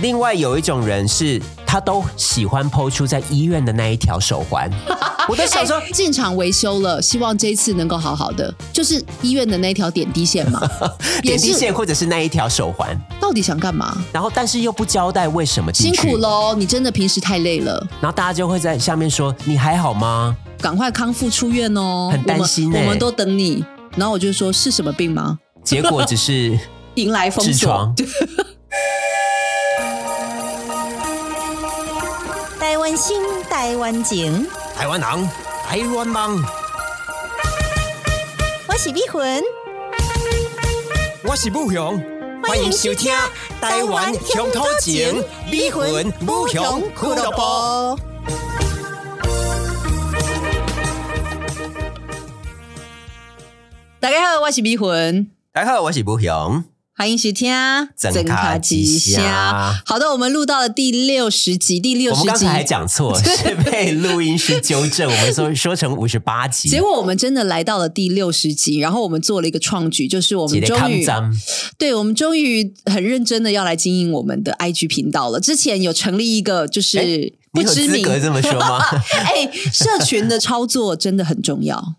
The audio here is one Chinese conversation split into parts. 另外有一种人是，他都喜欢剖出在医院的那一条手 环。我都想说，哎进场维修了，希望这一次能够好好的，就是医院的那条点滴线嘛，也点滴是线或者是那一条手环，到底想干嘛？然后但是又不交代为什么进辛去苦，喽，你真的平时太累了，然后大家就会在下面说：“你还好吗？”赶快康复出院哦。很担心我们欸我们都等你。然后我就说是什么病吗？ 结果只是迎来封痔锁疮。。台湾心，台湾情，台湾人，台湾梦，我是美魂，我是武雄，欢迎收听台湾乡土情，美魂武雄俱乐部。 大家好，我是迷魂，大家好，我是武雄。欢迎收听《整卡吉祥好的，我们录到了第六十集，第六我十们刚集才还讲错，是被录音师纠正，我们说说成五十八 集。结果我们真的来到了第六十集，然后我们做了一个创举，就是我几们的终康于，张，对我们终于很认真的要来经营我们的 IG 频道了。之前有成立一个就是不哎你有知资名，格这么说吗？ 哎、社群的操作真的很重要。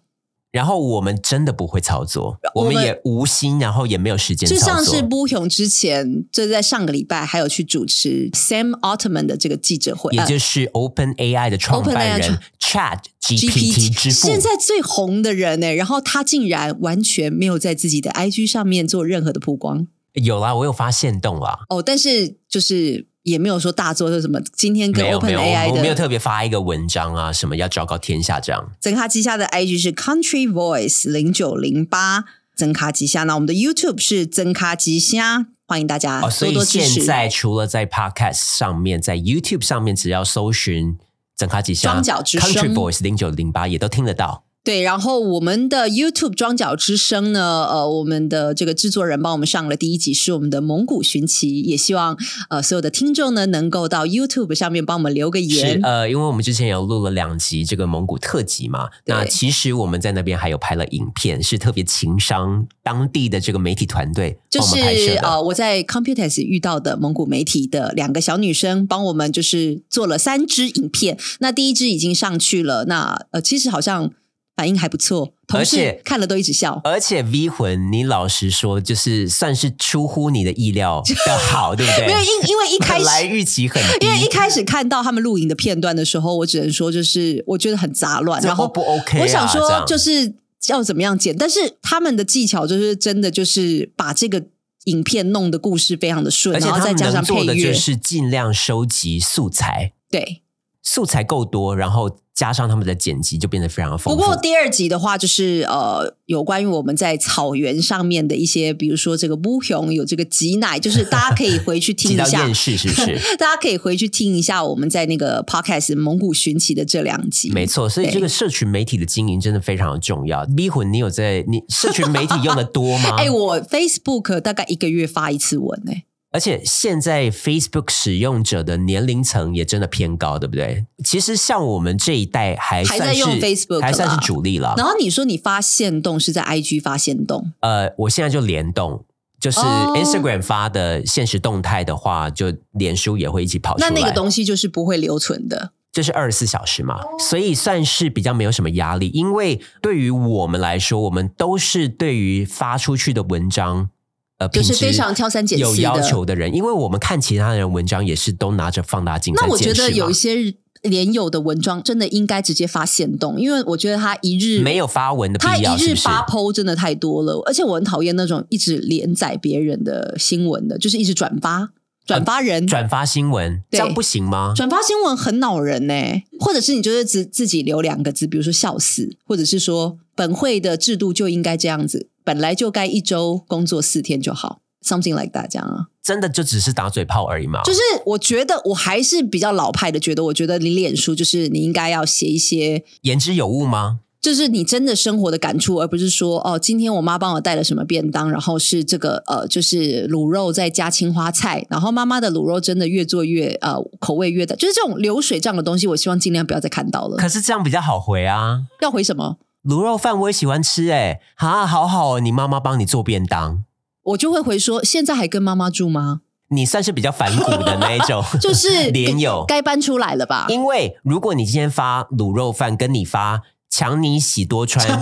然后我们真的不会操作，我我们们也无心，然后也 没有时间就操像是呃作。布雄之前，就在上个礼拜还有去主持 Sam Altman 的这个记者会，也呃就是 Open AI 的创办 OpenAI 人创 Chat GPT 之父，现在最红的人呢、欸然后他竟然完全没有在自己的 IG 上面做任何的曝光有啦，我有发现动啦，哦，但是就是也没有说大做是什么，今天跟没有没有， OpenAI 我我没有的特别发一个文章啊，什么要昭告天下这样。整卡旗下的 IG 是 Country Voice 零九零八，整卡旗下，那我们的 YouTube 是整卡旗下，欢迎大家哦，所多以啊多支持。现在除了在 Podcast 上面，在 YouTube 上面，只要搜寻“整卡几下庄脚之声 Country Voice 零九零八，也都听得到。对，然后我们的 YouTube 庄脚之声呢，呃，我们的这个制作人帮我们上了第一集，是我们的蒙古寻奇，也希望呃所有的听众呢能够到 YouTube 上面帮我们留个是言。呃，因为我们之前有录了两集这个蒙古特辑嘛，对那其实我们在那边还有拍了影片，是特别情商当地的这个媒体团队就帮我是们拍摄的。呃，我在 Computex 遇到的蒙古媒体的两个小女生，帮我们就是做了三支影片。那第一支已经上去了，那呃其实好像反应还不错，同而事且看了都一直笑。而且 V 魂，你老实说，就是算是出乎你的意料的好，对不对？ 没有，因因为一开本始 来预期很低，因为一开始看到他们录影的片段的时候，我只能说就是我觉得很杂乱，然然后后不 OK，、啊、我想这说样就是要怎么样剪，但是他们的技巧就是真的就是把这个影片弄的故事非常的顺，而且然后他再们加上能配做的乐就，是尽量收集素材，对。素材够多，然后加上他们的剪辑，就变得非常的丰不富。过第二集的话，就是呃，有关于我们在草原上面的一些，比如说这个乌熊有这个挤奶，就是大家可以回去听提一到下厌，世是不是？大家可以回去听一下我们在那 个 podcast 蒙古寻奇的这两集。没错，所以对这个社群媒体的经营真的非常的重要。逼魂，你有在你社群媒体用的多吗？ 哎、我 Facebook 大概一个月发一次文哎、而且现在 Facebook 使用者的年龄层也真的偏高，对不对？其实像我们这一代还还算是在用 Facebook 还算是啦主力了。然后你说你发现动是在 IG 发现动，呃，我现在就联动。就是哦 Instagram 发的现实动态的话，就脸书也会一起跑出那来。那个东西就是不会留存的。就是二十四小时嘛，所以算是比较没有什么压力。因为对于我们来说，我们都是对于发出去的文章，呃，就是品质非常挑三拣四的有要求的人，因为我们看其他人文章也是都拿着放大镜在那我检觉视嘛。得有一些连友的文章真的应该直接发现动，因为我觉得他一日没有发文的他必要，一是日不是？发 PO 真的太多了，而且我很讨厌那种一直连载别人的新闻的，就是一直转发转发人。呃转发新闻这对样不行吗？转发新闻很恼人呢、或者是你就是自自己留两个字，比如说“笑死”，或者是说本会的制度就应该这样子，本来就该一周工作四天就好，something like that 这样啊。真的就只是打嘴炮而已嘛？就是我觉得我还是比较老派的，觉得我觉得你脸书就是你应该要写一些。言之有物吗？就是你真的生活的感触，而不是说哦，今天我妈帮我带了什么便当，然后是这个呃，就是卤肉再加青花菜，然后妈妈的卤肉真的越做越呃口味越的，就是这种流水账的东西，我希望尽量不要再看到 了。可是这样比较好回啊。要回什么？卤肉饭我也喜欢吃哎、啊，好好哦，你妈妈帮你做便当。我就会回说，现在还跟妈妈住吗？你算是比较反骨的那一种， 就是 连 友。该搬出来了吧？因为如果你今天发卤肉饭，跟你发强尼喜多川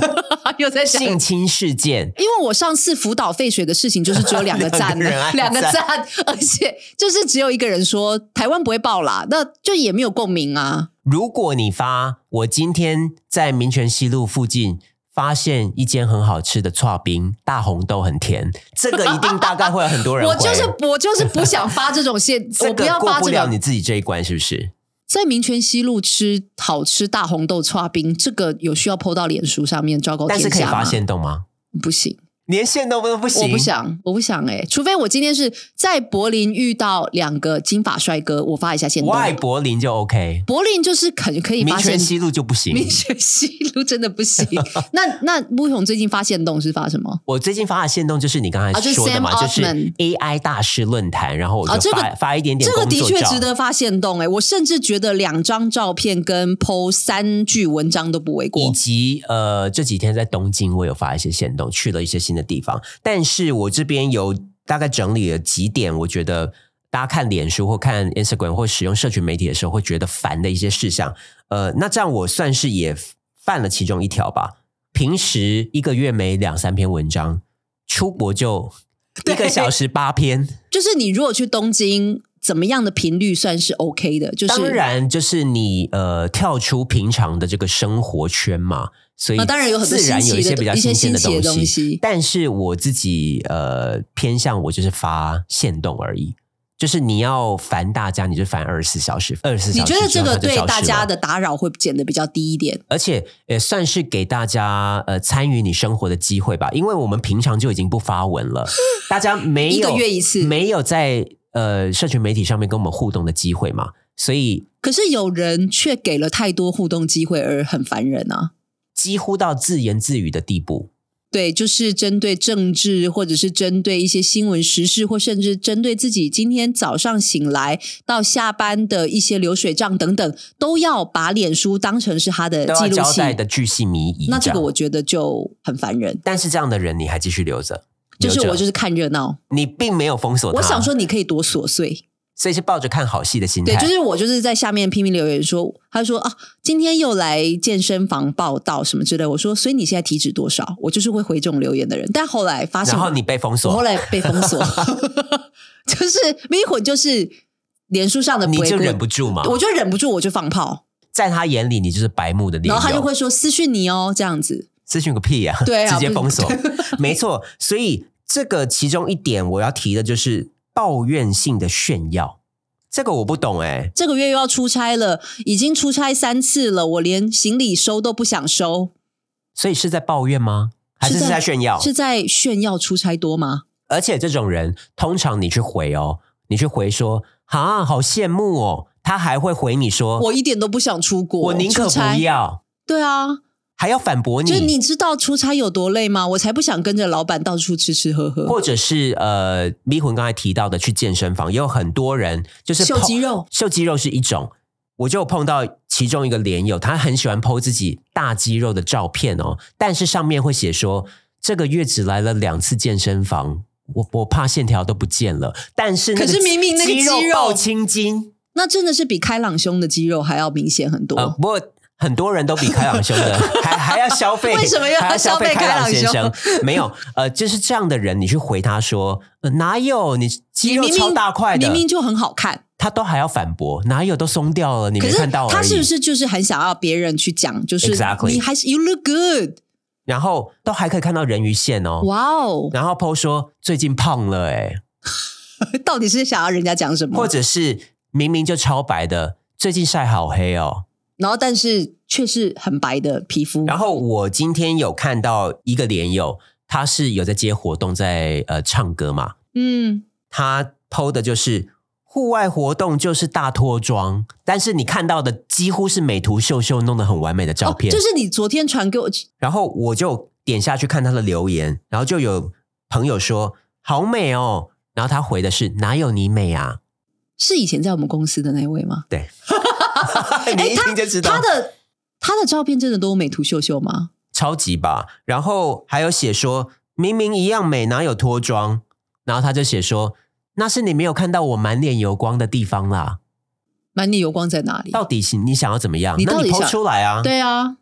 又在 想性侵事件，因为我上次辅导废水的事情就是只有两个赞两个人按， 两个赞赞，而且就是只有一个人说台湾不会爆啦，那就也没有共鸣啊。如果你发我今天在民权西路附近发现一间很好吃的刨冰，大红豆很甜，这个一定大概会有很多人回。我就是我就是不想发这种线， 这我不要个过发不这了个。你自己这一关，是不是？在民权西路吃好吃大红豆刨冰，这个有需要 PO 到脸书上面昭告但天是可以下发吗？现洞吗？不行，连线洞都不行，我不想，我不想哎、除非我今天是在柏林遇到两个金发帅哥，我发一下现动。外柏林就 OK，柏林就是肯可以民发现权西路就不行。民权西路真的不行。 那那穆勇最近发现动是发什么？我最近发的线动就是你刚才啊就是说的嘛， Sam 就是 Altman AI 大师论坛，然后我啊这就个发、发一点点这个工的作确照值得发现动哎、我甚至觉得两张照片跟 PO 三句文章都不为以过。及呃，这几天在东京，我有发一些线动，去了一些新的地方。但是我这边有大概整理了几点，我觉得大家看脸书或看 Instagram 或使用社群媒体的时候会觉得烦的一些事项。呃，那这样我算是也犯了其中一条吧。平时一个月没两三篇文章，出国 就一个小时八篇。就是你如果去东京，怎么样的频率算是 OK 的？就是当然，就是你呃跳出平常的这个生活圈嘛，所以啊当然有很多自然有新奇的一些比较一些新鲜新奇的东东西但是我自己呃偏向我就是发现动而已，就是你要烦大家，你就烦二十四小时，二十四你小时觉得这之后个它就对消失大家了的打扰会减的比较低一点？而且也算是给大家呃参与你生活的机会吧，因为我们平常就已经不发文 了，大家没有一个月一次没有在呃社群媒体上面跟我们互动的机会嘛，所以可是有人却给了太多互动机会而很烦人啊。几乎到自言自语的地步。对，就是针对政治，或者是针对一些新闻时事，或甚至针对自己今天早上醒来到下班的一些流水账等等，都要把脸书当成是他的都记要录交器。代的巨细靡遗。那这个样我觉得就很烦人，但是这样的人你还继续留着，就是留着我就是看热闹。你并没有封锁他。我想，说，你可以多琐碎，所以是抱着看好戏的心态。对，就是我就是在下面拼命留言说，他说啊，今天又来健身房报道什么之类，我说，所以你现在体脂多少？我就是会回这种留言的人，但后来发现然我后你被封我后锁，来被封 锁，就是迷魂，就是脸书上的你鬼就谷忍不住啊嘛。我就忍不住，我就放炮，在他眼里，你就是白目的理由。然后他就会说私讯你哦，这样子。私讯个屁呀、对啊直接不封 锁。没错，所以这个其中一点我要提的就是抱怨性的炫耀，这个我不懂哎、这个月又要出差了，已经出差三次了，我连行李收都不想收，所以是在抱怨吗？还是是在炫耀？是在炫耀出差多吗？而且这种人，通常你去回哦，你去回说哈，好羡慕哦，他还会回你说，我一点都不想出国，我宁可出差不。要，对啊，还要反驳你，就是你知道出差有多累吗？我才不想跟着老板到处吃吃喝喝，或者是呃，迷魂刚才提到的去健身房，也有很多人就是秀碰肌肉。秀肌肉是一种。我就有碰到其中一个连友，他很喜欢 PO 自己大肌肉的照片哦，但是上面会写说这个月只来了两次健身房，我我怕线条都不见了。但是那个可是明明那个肌肌肉爆青筋，那真的是比开朗胸的肌肉还要明显很多。呃，不过很多人都比开朗兄 的还还要消费，为什么又要还要消消费开开朗先兄生？没有，呃，就是这样的人，你去回他说、呃哪有你肌你肉明明超大块的，明明就很好看，他都还要反驳，哪有都松掉了，你可没是看到而已。他是不是就是很想要别人去讲，就是 Exactly 你还是 you look good，然后都还可以看到人鱼线哦。哇哦，然后 PO 说最近胖了哎、到底是想要人家讲什或么？者是明明就超白的，最近晒好黑哦。然后但是却是很白的皮肤，然后我今天有看到一个连友，他是有在接活动在呃唱歌嘛，嗯，他剖的就是户外活动就是大脱妆，但是你看到的几乎是美图秀秀弄得很完美的照片。哦，就是你昨天传给我，然后我就点下去看他的留言，然后就有朋友说好美哦，然后他回的是哪有你美 啊？是以前在我们公司的那位吗？对，你哎，一他听就知道他的他的照片真的都有美图秀秀吗？超级吧。然后还有写说明明一样美，哪有脱妆？然后他就写说那是你没有看到我满脸油光的地方啦。满脸油光在哪里？到底是你想要怎么样？你那到底你抛想出来啊！对啊，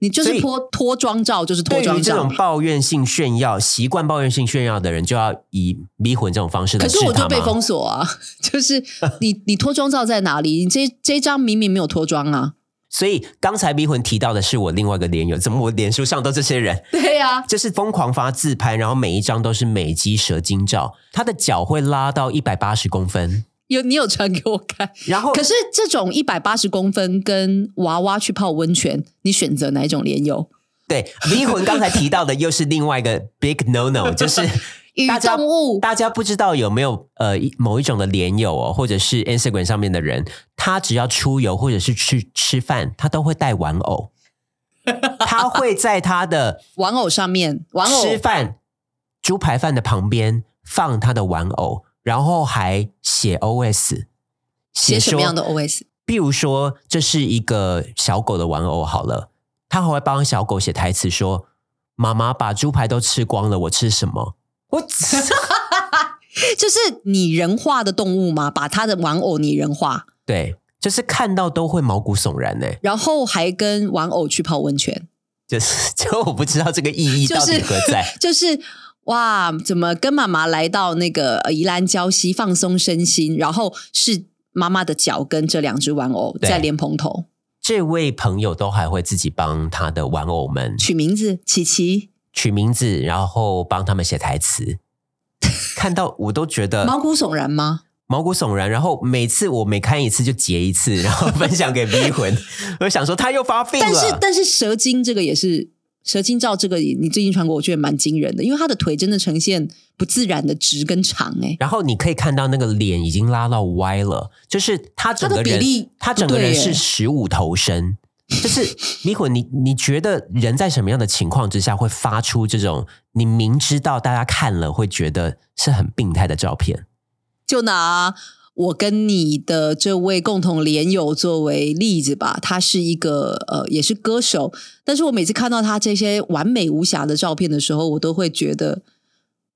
你就所是以脱脱妆照，就是脱对妆于这照种嘛。抱怨性炫耀、习惯抱怨性炫耀的人，就要以逼婚这种方式来可试是他我就被吗封锁啊！ 就是你，你脱妆照在哪里？你这这张明明没有脱妆啊！所以刚才逼魂提到的是我另外一个连友，怎么我脸书上都这些人？对啊，就是疯狂发自拍，然后每一张都是美肌蛇精照，他的脚会拉到一百八十公分，有你有传给我看。然后可是这种一百八十公分跟娃娃去泡温泉，你选择哪一种莲友？对离魂刚才提到的又是另外一个 big no no，就是与大家众物大家不知道有没有呃一某一种的连友哦，或者是 Instagram 上面的人，他只要出游或者是去吃饭，他都会带玩 偶，他会在他的玩偶上面，玩偶吃饭猪排饭的旁边放他的玩偶，然后还写 OS，写什说么样的 OS？比如说，这是一个小狗的玩偶好了，他还会帮小狗写台词说：“妈妈把猪排都吃光了，我吃什么？”我就是拟人化的动物嘛，把它的玩偶拟人化，对，就是看到都会毛骨悚然呢、然后还跟玩偶去泡温泉，就是 就我不知道这个意义就到是底何在。 就是。哇，怎么跟妈妈来到那个呃宜兰礁溪放松身心？然后是妈妈的脚跟这两只玩偶对在莲蓬头，这位朋友都还会自己帮他的玩偶们取名字琪琪，取名字，然后帮他们写台词， 看到我都觉得毛骨悚然吗？毛骨悚然。然后每次我每看一次就截一次，然后分享给迷魂。 我想说他又发病了，但是但是蛇精这个也是蛇精照这个也，你最近传给我，我觉得蛮惊人的，因为它的腿真的呈现不自然的直跟长、欸，然后你可以看到那个脸已经拉到歪了，就是他整个他的人比例，他整个人不对耶是十五头身。就是迷魂，你你觉得人在什么样的情况之下会发出这种你明知道大家看了会觉得是很病态的照片？就拿我跟你的这位共同连友作为例子吧，他是一个呃，也是歌手，但是我每次看到他这些完美无瑕的照片的时候，我都会觉得，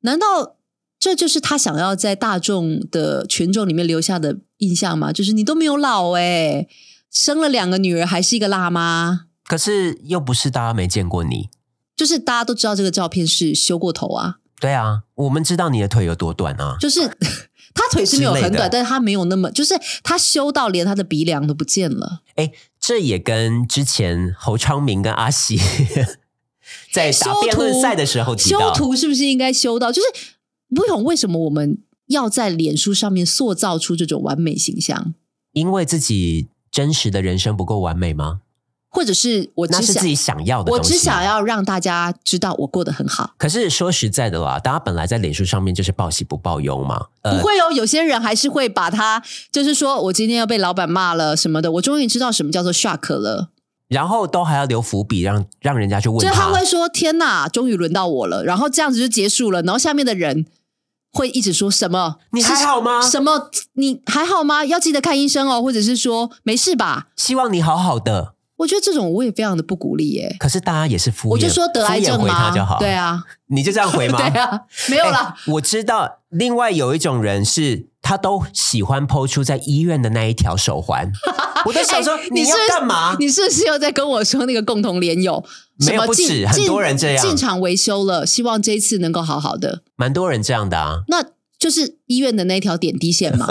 难道这就是他想要在大众的群众里面留下的印象吗？就是你都没有老哎、生了两个女儿还是一个辣妈，可是又不是大家没见过你，就是大家都知道这个照片是修过头啊，对啊，我们知道你的腿有多短啊，就是 他腿是没有很之类的短，但是他没有那么，就是他修到连他的鼻梁都不见了。这也跟之前侯昌明跟阿喜 在打辩论赛的时候提修到，图是不是应该修到？就是不懂为什么我们要在脸书上面塑造出这种完美形象，因为自己真实的人生不够完美吗？或者是我那只是自想己想要的我东西。啊只想。要让大家知道我过得很好。可是说实在的啦，大家本来在脸书上面就是报喜不报忧嘛。呃不会哦，有些人还是会把他，就是说我今天要被老板骂了什么的，我终于知道什么叫做 shock 了。然后都还要留伏笔，让让人家去问就是他他。会说：“天哪，终于轮到我了。”然后这样子就结束了。然后下面的人会一直说什么：“你还好吗什么？你还好吗？要记得看医生哦，或者是说没事吧？希望你好好的，我觉得这种我也非常的不鼓励耶、可是大家也是敷衍，我就说得癌症敷衍回他吗？就好。对，啊，你就这样回吗？ 对啊，没有啦。欸我知道，另外有一种人是他都喜欢抛出在医院的那一条手 环，我都想说、欸你是要不是干嘛？你是不是又在跟我说那个共同联友？哎没有什么不止进很进多人这样进场维修了，希望这一次能够好好的。蛮多人这样的啊，那就是医院的那条点滴线嘛，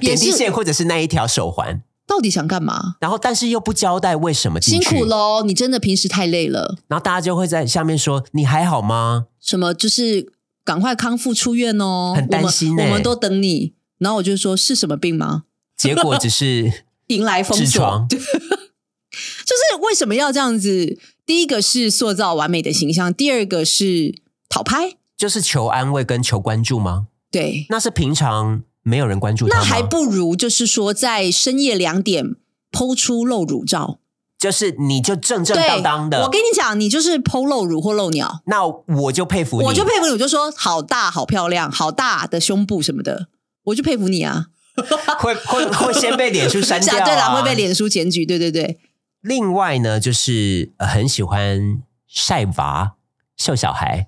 也 点滴是线或者是那一条手环，到底想干嘛？然后但是又不交代为什么进辛去，苦喽，你真的平时太累了。然后大家就会在下面说你还好 吗？什么就是赶快康复出院哦，很担心我们欸我们都等你。然后我就说是什么病吗？结果只是迎来封痔锁疮，。就是为什么要这样子？第一个是塑造完美的形象，第二个是讨拍，就是求安慰跟求关注吗？对，那是平常没有人关注他那吗？还不如就是说在深夜两点剖出露乳照，就是你就正正对当当的，我跟你讲，你就是剖露乳或露鸟，那我就佩服你，我就佩服你，我就说好大、好漂亮、好大的胸部什么的，我就佩服你啊！会会会先被脸书 删掉、啊，对啦，会被。脸书检举，对对对，另外呢，就是呃很喜欢晒娃、秀小孩，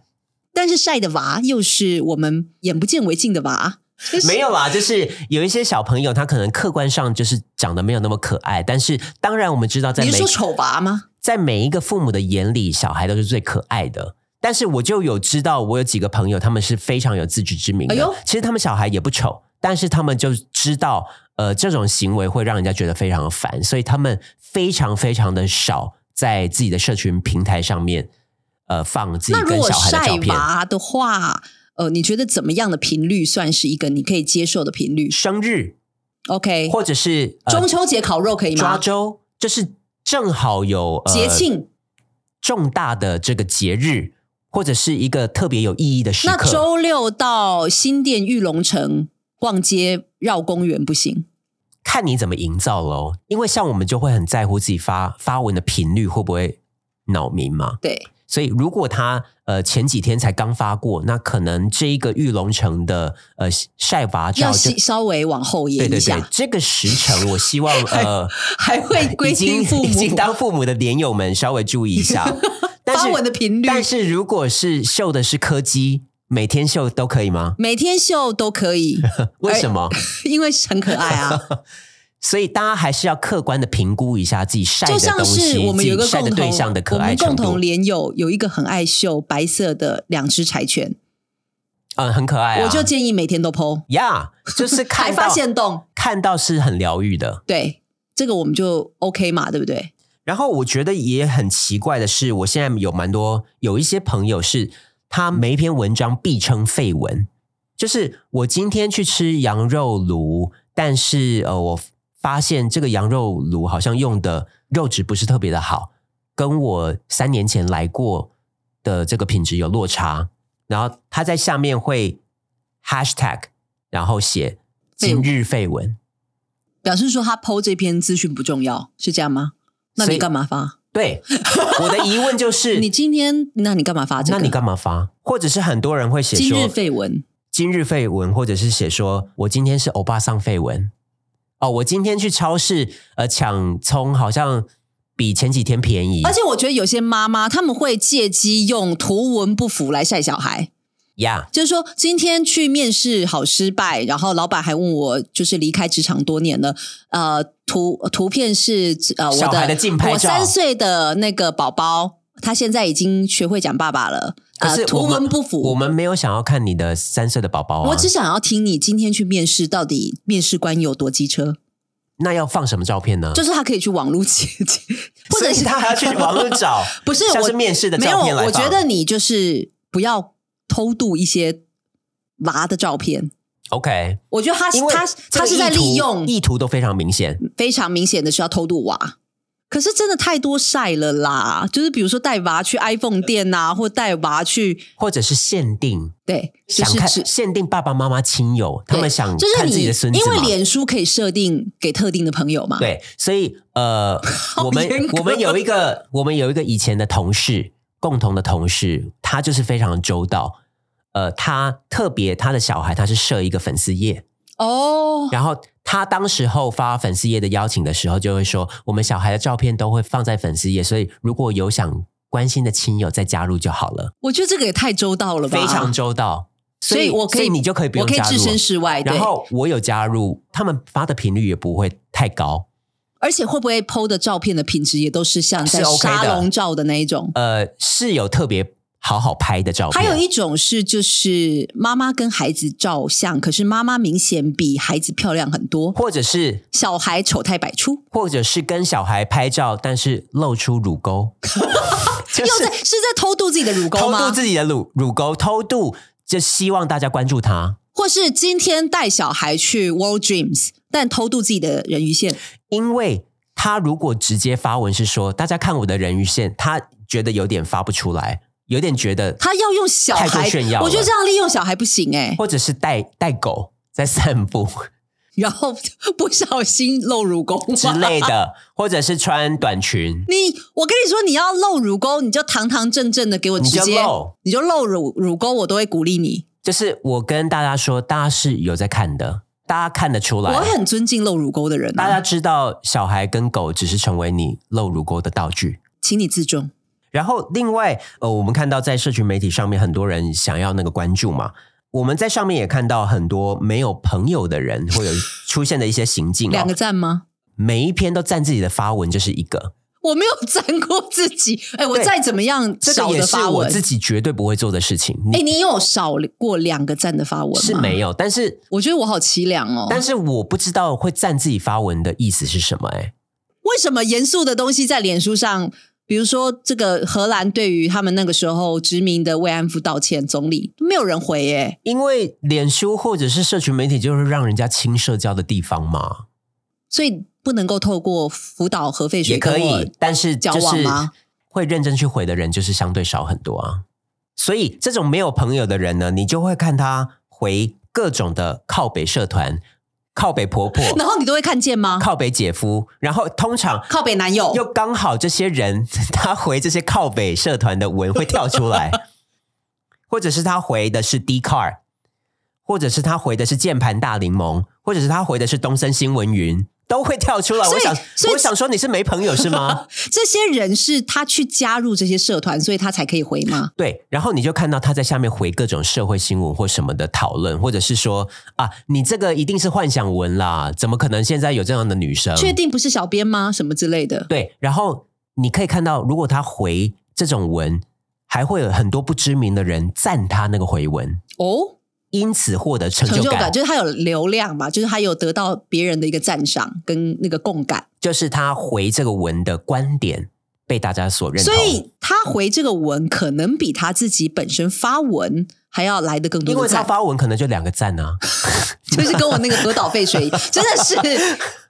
但是晒的娃又是我们眼不见为净的娃，就是没有啦，就是有一些小朋友，他可能客观上就是长得没有那么可爱，但是当然我们知道在你每是说丑娃吗？在每一个父母的眼里，小孩都是最可爱的。但是我就有知道，我有几个朋友，他们是非常有自知之明的。哎呦其实他们小孩也不丑，但是他们就知道，呃，这种行为会让人家觉得非常烦，所以他们非常非常的少在自己的社群平台上面，呃，放自己那如跟果小孩的晒照片。娃的话，呃，你觉得怎么样的频率算是一个你可以接受的频率生日？OK，或者是、呃、中秋节烤肉可以抓吗？周，就是正好有、呃、节庆，重大的这个节日，或者是一个特别有意义的时刻。那周六到新店玉龙城逛街绕公园不行。看你怎么营造喽。因为像我们就会很在乎自己发发文的频率会不会扰民嘛。对，所以如果他呃前几天才刚发过，那可能这一个玉龙城的呃晒娃照要就细稍微往后对延对一下，对，这个时辰我希望呃 还会规已经定父已经母当父母的连友们稍微注意一 下。但发是文的频率。但是如果是秀的是柯基，每天秀都可以吗？每天秀都 可以，为什么？因为很可爱啊。所以大家还是要客观的评估一下自己晒的就像东西，是我们有一个自己晒共的同对象的可我爱们共程度同，连友有一个很爱秀白色的两只柴犬，嗯，很可爱、啊。我就建议每天都剖，呀就是看还到发现洞。看到是很疗愈的。对，这个我们就 OK 嘛，对不对？然后我觉得也很奇怪的是，我现在有蛮多有一些朋友是他每一篇文章必称绯闻，就是我今天去吃羊肉炉，但是呃，我发现这个羊肉炉好像用的肉质不是特别的好，跟我三年前来过的这个品质有落差。然后他在下面会 hashtag，然后写今日绯闻。表示说他剖这篇资讯不重要，是这样吗？那所你以干嘛发？对，我的疑问就是 你今天，那你干嘛发这个？那你干嘛发？或者是很多人会写今日说绯闻，今日绯闻，或者是写说我今天是欧巴桑绯闻。哦，我今天去超市呃抢葱，好像比前几天便宜。而且我觉得有些妈妈他们会借机用图文不符来晒小孩，呀就是说今天去面试好失败，然后老板还问我，就是离开职场多年了，呃，图图片是呃我小孩的竞拍照我三岁的那个宝宝，他现在已经学会讲爸爸了，可是呃，我图们文不符，我们没有想要看你的三岁的宝宝啊。我只想要听你今天去面试，到底面试官有多机车？那要放什么照片呢？就是他可以去网络接接，或所者，以他还要去网络找 不是像我是面试的没照有片来。，我觉得你就是不要偷渡一些娃的照片。 OK，我觉得他因为他这他个是在意图利用意图都非常明显。非常明显的需要偷渡娃。可是真的太多晒了啦，就是比如说带娃去 iPhone 店呐、或带娃去或者是限定，对，就想是看只限定爸爸妈妈亲友，他对们想就是看你自己的孙子因为嘛脸书可以设定给特定的朋友 嘛，，对，所以呃，我们严格我们有一个我们有一个以前的同事，共同的同事，他就是非常周到。呃，他特别他的小孩他是设一个粉丝页，哦，然后他当时候发粉丝页的邀请的时候，就会说我们小孩的照片都会放在粉丝页，所以如果有想关心的亲友再加入就好了，我觉得这个也太周到了吧，非常周到。所以我可以所你就可以不用我可以加入置了身事外，对然后我有加入，他们发的频率也不会太高。而且会不会 PO 的照片的品质也都是像在是 OK 的沙龙照的那一种？呃，是有特别好好拍的照片，还有一种是，就是妈妈跟孩子照相，可是妈妈明显比孩子漂亮很多，或者是小孩丑态百出，或者是跟小孩拍照，但是露出乳 沟，就又是在是在偷渡自己的乳沟偷渡吗？自己的乳乳沟，偷渡就希望大家关注他。或是今天带小孩去 World Dreams，但偷渡自己的人鱼线？因为他如果直接发文是说大家看我的人鱼线，他觉得有点发不出来，有点觉得，他要用小太过孩炫耀，了我觉得这样利用小孩不行哎、或者是带带狗在散步然后不小心露乳沟之嘛类的，或者是穿短裙，你，我跟你说，你要露乳沟，你就堂堂正正的给我你直就接，露你就露乳乳沟，我都会鼓励你。就是我跟大家说，大家是有在看的，大家看得出我来。很尊敬露乳沟的人、啊，大家知道，小孩跟狗只是成为你露乳沟的道具。请你自重。然后，另外，呃，我们看到在社群媒体上面，很多人想要那个关注嘛。我们在上面也看到很多没有朋友的人会有出现的一些行径、两哦个，赞吗？每一篇都占自己的发文，这是一个，我没有赞过自己， 哎，我对再怎么样这个少也的是发我文自，己绝对不会做的事情。你哎，你有少过两个赞的发文吗？是没有，但是我觉得我好凄凉哦。但是我不知道会占自己发文的意思是什么、哎，为什么严肃的东西在脸书上？比如说，这个荷兰对于他们那个时候殖民的慰安妇道歉，总理没有人回耶、因为脸书或者是社群媒体就是让人家轻社交的地方嘛，所以不能够透过辅导核废水也可跟我以，但是交就往是吗会认真去回的人就是相对少很多啊。所以这种没有朋友的人呢，你就会看他回各种的靠北社团、靠北婆婆、然后你都会看见吗？靠北姐夫，然后通常靠北男友，又刚好这些人 他回这些靠北社团的文会跳出来， 或者是他回的是 D car，或者是他回的是键盘大柠檬，或者是他回的是东森新闻云，都会跳出来。所我以想所，以我想说你是没朋友是 吗？这些人是他去加入这些社团，所以他才可以回吗？对，然后你就看到他在下面回各种社会新闻或什么的讨论，或者是说啊，你这个一定是幻想文啦，怎么可能现在有这样的女生？确定不是小编吗？什么之类的？嗯对，然后你可以看到，如果他回这种文，还会有很多不知名的人赞他那个回文，哦，因此获得成成就就感，感就是他有流量嘛，就是他有得到别人的一个赞赏跟那个共感，就是他回这个文的观点被大家所认所同。以他回这个文可能比他自己本身发文还要来的更多因为的他赞，发文可能就两个赞啊，就是跟我那个核岛 废水真的是。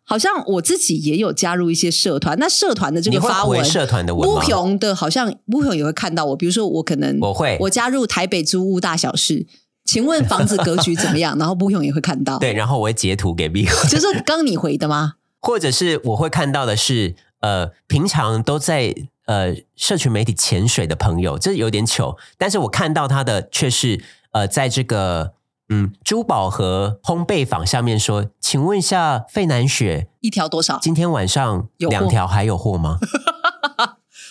好像我自己也有加入一些社团，那社团的这你个会发回文，社团的文乌吗？平的，好像乌平也会看到我。比如说，我可能我会我加入台北租屋大小事，请问房子格局怎么 样？然后乌平也会看到，，对，然后我会截图给 B，就是刚你回的吗？或者是我会看到的是，呃，平常都在呃社群媒体潜水的朋友，这有点糗，但是我看到他的却是呃，在这个嗯珠宝和烘焙坊下面说，请问一下费南雪，一条多少？今天晚上有货两条还有货吗？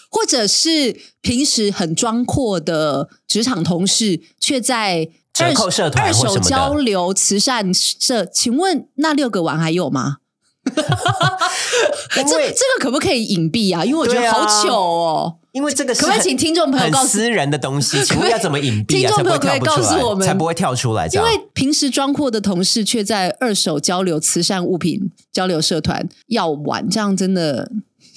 或者是平时很装阔的职场同事，却在折二扣社团二或手什么的交流慈善社，请问那六个碗还有吗？因 这为这个可不可以隐蔽啊？因为我觉对得啊好糗哦。因为这个是可不可以请听众朋啊友很告诉私人的东西，请问要怎么隐蔽听啊？众才不会跳不朋友可不可以出告诉我来，们才不会跳出来这因样。为平时装阔的同事，却在二手交流慈善物品交流社团要玩，这样真的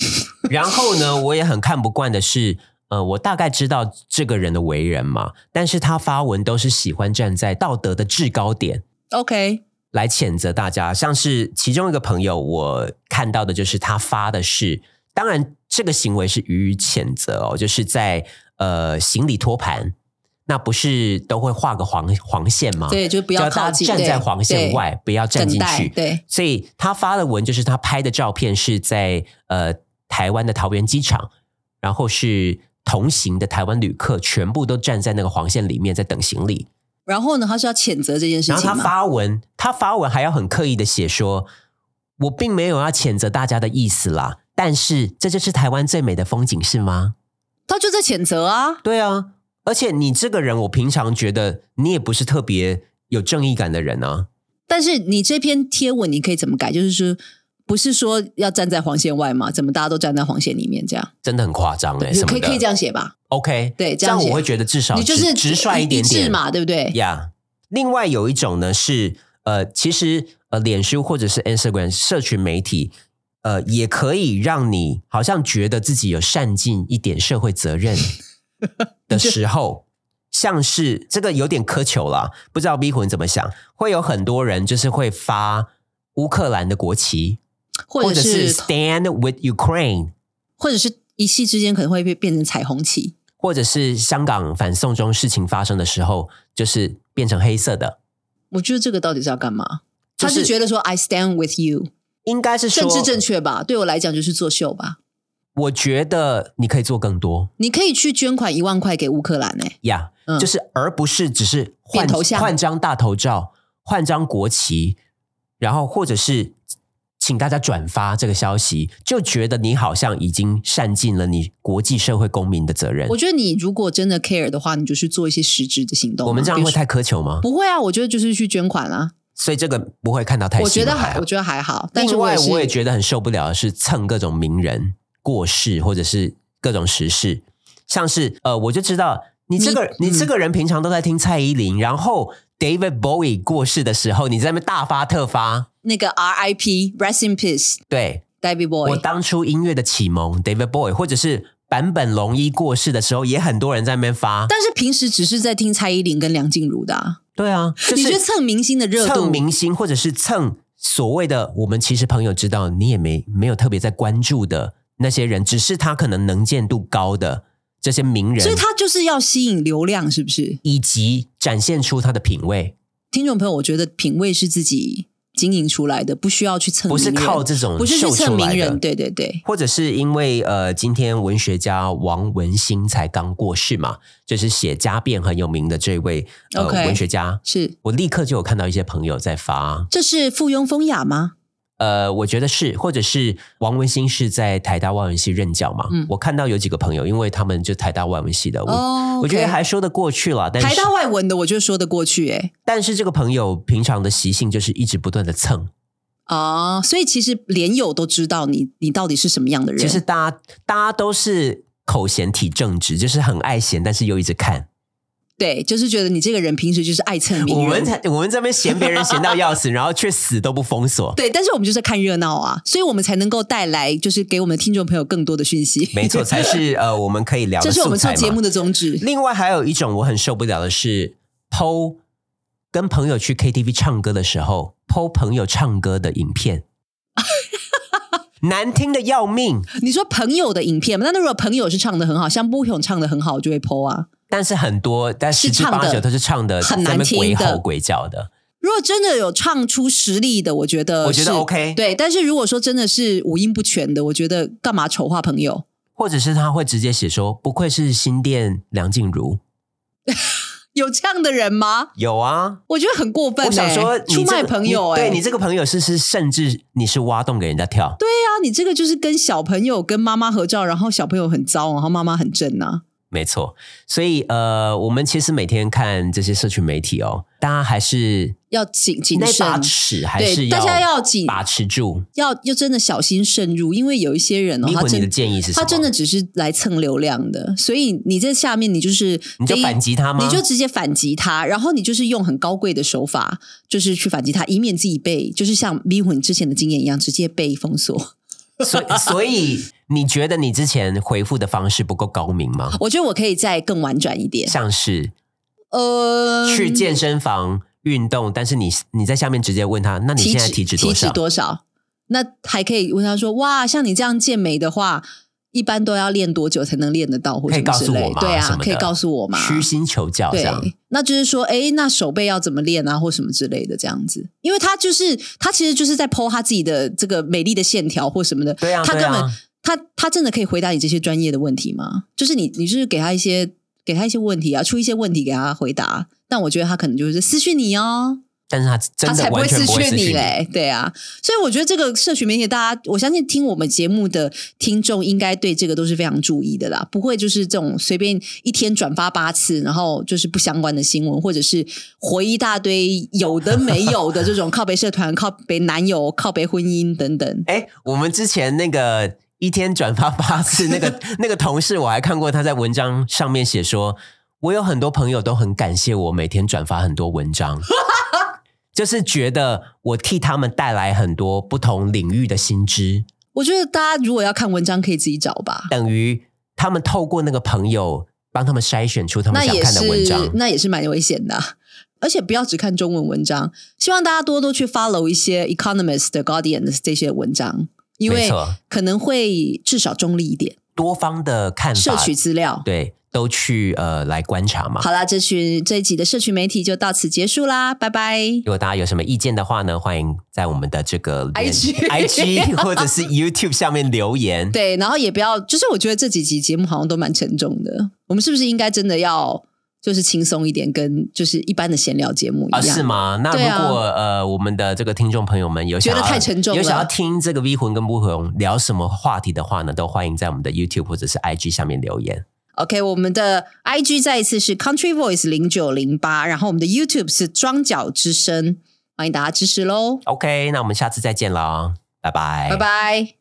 然后呢，我也很看不惯的是，呃，我大概知道这个人的为人嘛，但是他发文都是喜欢站在道德的制高点 OK。来谴责大家。像是其中一个朋友，我看到的就是他发的是，当然这个行为是予以谴责哦，就是在呃行李托盘，那不是都会画个黄黄线吗？对，就不要叫大靠近，家站在黄线对外，不要站进去。等待对，所以他发的文就是他拍的照片是在呃台湾的桃园机场，然后是同行的台湾旅客全部都站在那个黄线里面在等行李，然后呢，他是要谴责这件事然后他情吗？发文，他发文还要很刻意的写说，我并没有要谴责大家的意思啦，但是这就是台湾最美的风景是吗？他就在谴责啊，对啊，而且你这个人，我平常觉得你也不是特别有正义感的人啊。但是你这篇贴文你可以怎么改？就是说，不是说要站在黄线外吗？怎么大家都站在黄线里面这样？真的很夸张哎、欸，你什么可以的可以这样写吧？ OK，对这这样写我会觉得至少你就是直直率一点致点嘛，对不对？呀。另外有一种呢是呃，其实呃，脸书或者是 Instagram 社群媒体，呃，也可以让你好像觉得自己有善尽一点社会责任 的时候，像是这个有点苛求啦，不知道 B 魂怎么想，会有很多人就是会发乌克兰的国旗，或者是是 Stand with Ukraine。或者是一夕之间可能会被变成彩虹旗，或者是香港反送中事情发生的时候，就是变成黑色的，我觉得这个到底是要干嘛？就他是是觉得说 I stand with you，应该是政说，治正确吧？对我来讲就是作秀吧。我觉得你可以做更多你可以去捐款一万块给乌克兰诶、呀嗯就是而不是只是换变头像换张大头照，换张国旗，然后或者是请大家转发这个消息，就觉得你好像已经善尽了你国际社会公民的责任我。觉得你如果真的 care 的话，你就去做一些实质的行动嘛。我们这样比如会说太苛求吗？不会啊？我觉得就是去捐款啊。所以这个不会看到太细我觉得吗还，我觉得还好。但是另外，也是我也觉得很受不了的是蹭各种名人过世，或者是各种时事，像是呃，我就知道你这个你嗯你这个人平常都在听蔡依林，然后 David Bowie 过世的时候，你在那边大发特发。那个 R.I.P. Rest in Peace。对 David 我 Boy，当初音乐的启蒙，David Bowie，或者是坂本龙一过世的时候，也很多人在那边发。但是平时只是在听蔡依林跟梁静茹的、啊，对啊，就你去是蹭明星的热度蹭，明星，或者是蹭所谓的我们其实朋友知道你也没没有特别在关注的那些人，只是他可能能见度高的这些名所以人，他就是要吸引流量，是不是？以及展现出他的品味，听众朋友，我觉得品味是自己经营出来的，不需要去蹭不名是人，靠这种不是去秀蹭出来名人，的。对对对。或者是因为呃，今天文学家王文兴才刚过世嘛，就是写家变很有名的这位呃 OK 文学家，是，我立刻就有看到一些朋友在发，这是附庸风雅吗？呃，我觉得是，或者是王文兴是在台大外文系任教嘛，嗯我看到有几个朋友，因为他们就台大外文系的，我、哦，我觉 OK 得还说得过去了，但台是大外文的，我就说得过去、欸，但是这个朋友平常的习性就是一直不断的蹭，哎，啊，所以其实连友都知道你你到底是什么样的人。其实大家大家都是口嫌体正直，就是很爱嫌，但是又一直看，对，就是觉得你这个人平时就是爱蹭名我们人，才我们这边嫌别人嫌到要死，然后却死都不封锁。对，但是我们就是看热闹啊，所以我们才能够带来，就是给我们的听众朋友更多的讯息。没 错，才是呃，我们可以聊这的是我素们做材节嘛目。的宗旨。另外还有一种我很受不了的是剖跟朋友去 KTV 唱歌的时候剖朋友唱歌的影片， 难听的要命。你说朋友的影片嘛，那如果朋友是唱的很好，像布勇唱的很好，我就会 PO 啊。但是很多，但是十之唱的八九都是唱的很难听在的那边鬼吼鬼叫的。如果真的有唱出实力的，我觉得我觉得是 OK 对，但是如果说真的是五音不全的，我觉得干嘛丑化朋友？或者是他会直接写说，不愧是新店梁静茹。有这样的人吗？有啊，我觉得很过分、欸。我想说你这出个，卖朋友、你欸，对你这个朋友是是，甚至你是挖洞给人家跳。对啊，你这个就是跟小朋友跟妈妈合照，然后小朋友很糟，然后妈妈很正啊。没错，所以呃，我们其实每天看这些社群媒体哦，大家还是要谨谨那慎把尺还对是大家要谨把持住。要要真的小心慎入，因为有一些人哦，迷他魂，你的真建议是什么？他真的只是来蹭流量的，所以你在下面你就是你就第一反击他吗你就直接反击他，然后你就是用很高贵的手法，就是去反击他，以免自己被就是像迷魂之前的经验一样，直接被封锁。 所以所以你觉得你之前回复的方式不够高明 吗？我觉得我可以再更婉转一点，像是呃，去健身房运动，但是你你在下面直接问他，那你现在体脂多体脂少？多少？那还可以问他说：“哇，像你这样健美的话，一般都要练多久才能练得到？或可什以么告之诉类我？吗？对什啊，么的可以告诉我吗？虚心求教这样。对，那就是说，哎，那手背要怎么练啊，或什么之类的，这样子。因为他就是他，其实就是在剖他自己的这个美丽的线条或什么的。对啊他对根啊本、他他真的可以回答你这些专业的问题吗？就是你你就是给他一些给他一些问题啊，出一些问题给他回答。但我觉得他可能就是私讯你哦，但是他真他才的不会完全失不去会私你讯嘞，对啊，所以我觉得这个社群媒体，大家我相信听我们节目的听众应该对这个都是非常注意的啦，不会就是这种随便一天转发八次，然后就是不相关的新闻，或者是回一大堆 有的没有的这种靠北社团、靠北男友、靠北婚姻等等。哎，我们之前那个一天转发八次那 个那个同事，我还看过他在文章上面写说，我有很多朋友都很感谢我每天转发很多文 章，就是觉得我替他们带来很多不同领域的新知，我觉得大家如果要看文章，可以自己找吧。等于他们透过那个朋友帮他们筛选出他们那想也看的文章是。那也是蛮危险的啊、 而且不要只看中文文章，希望大家多多去 follow 一些 Economist 的 Guardian 的这些文章，因没为错可能会至少中立一点，多方的看摄法，取资料。对，都去呃来观察嘛。好啦，这群这一集的社群媒体就到此结束啦，拜拜。如果大家有什么意见的话呢，欢迎在我们的这个 IG IG 或者是 YouTube 下面留言。对，然后也不要，就是我觉得这几集节目好像都蛮沉重的，我们是不是应该真的要就是轻松一点，跟就是一般的闲聊节目一啊，样。是吗？那对啊如果、呃，我们的这个听众朋友们有想要觉得太沉重了有想要听这个 V 魂跟不魂聊什么话题的话呢，都欢迎在我们的 YouTube 或者是 IG 下面留言。 OK，我们的 IG 再一次是 Country Voice 零九零八，然后我们的 YouTube 是庄脚之声，欢迎大家支持喽， OK，那我们下次再见啦，拜拜，拜拜。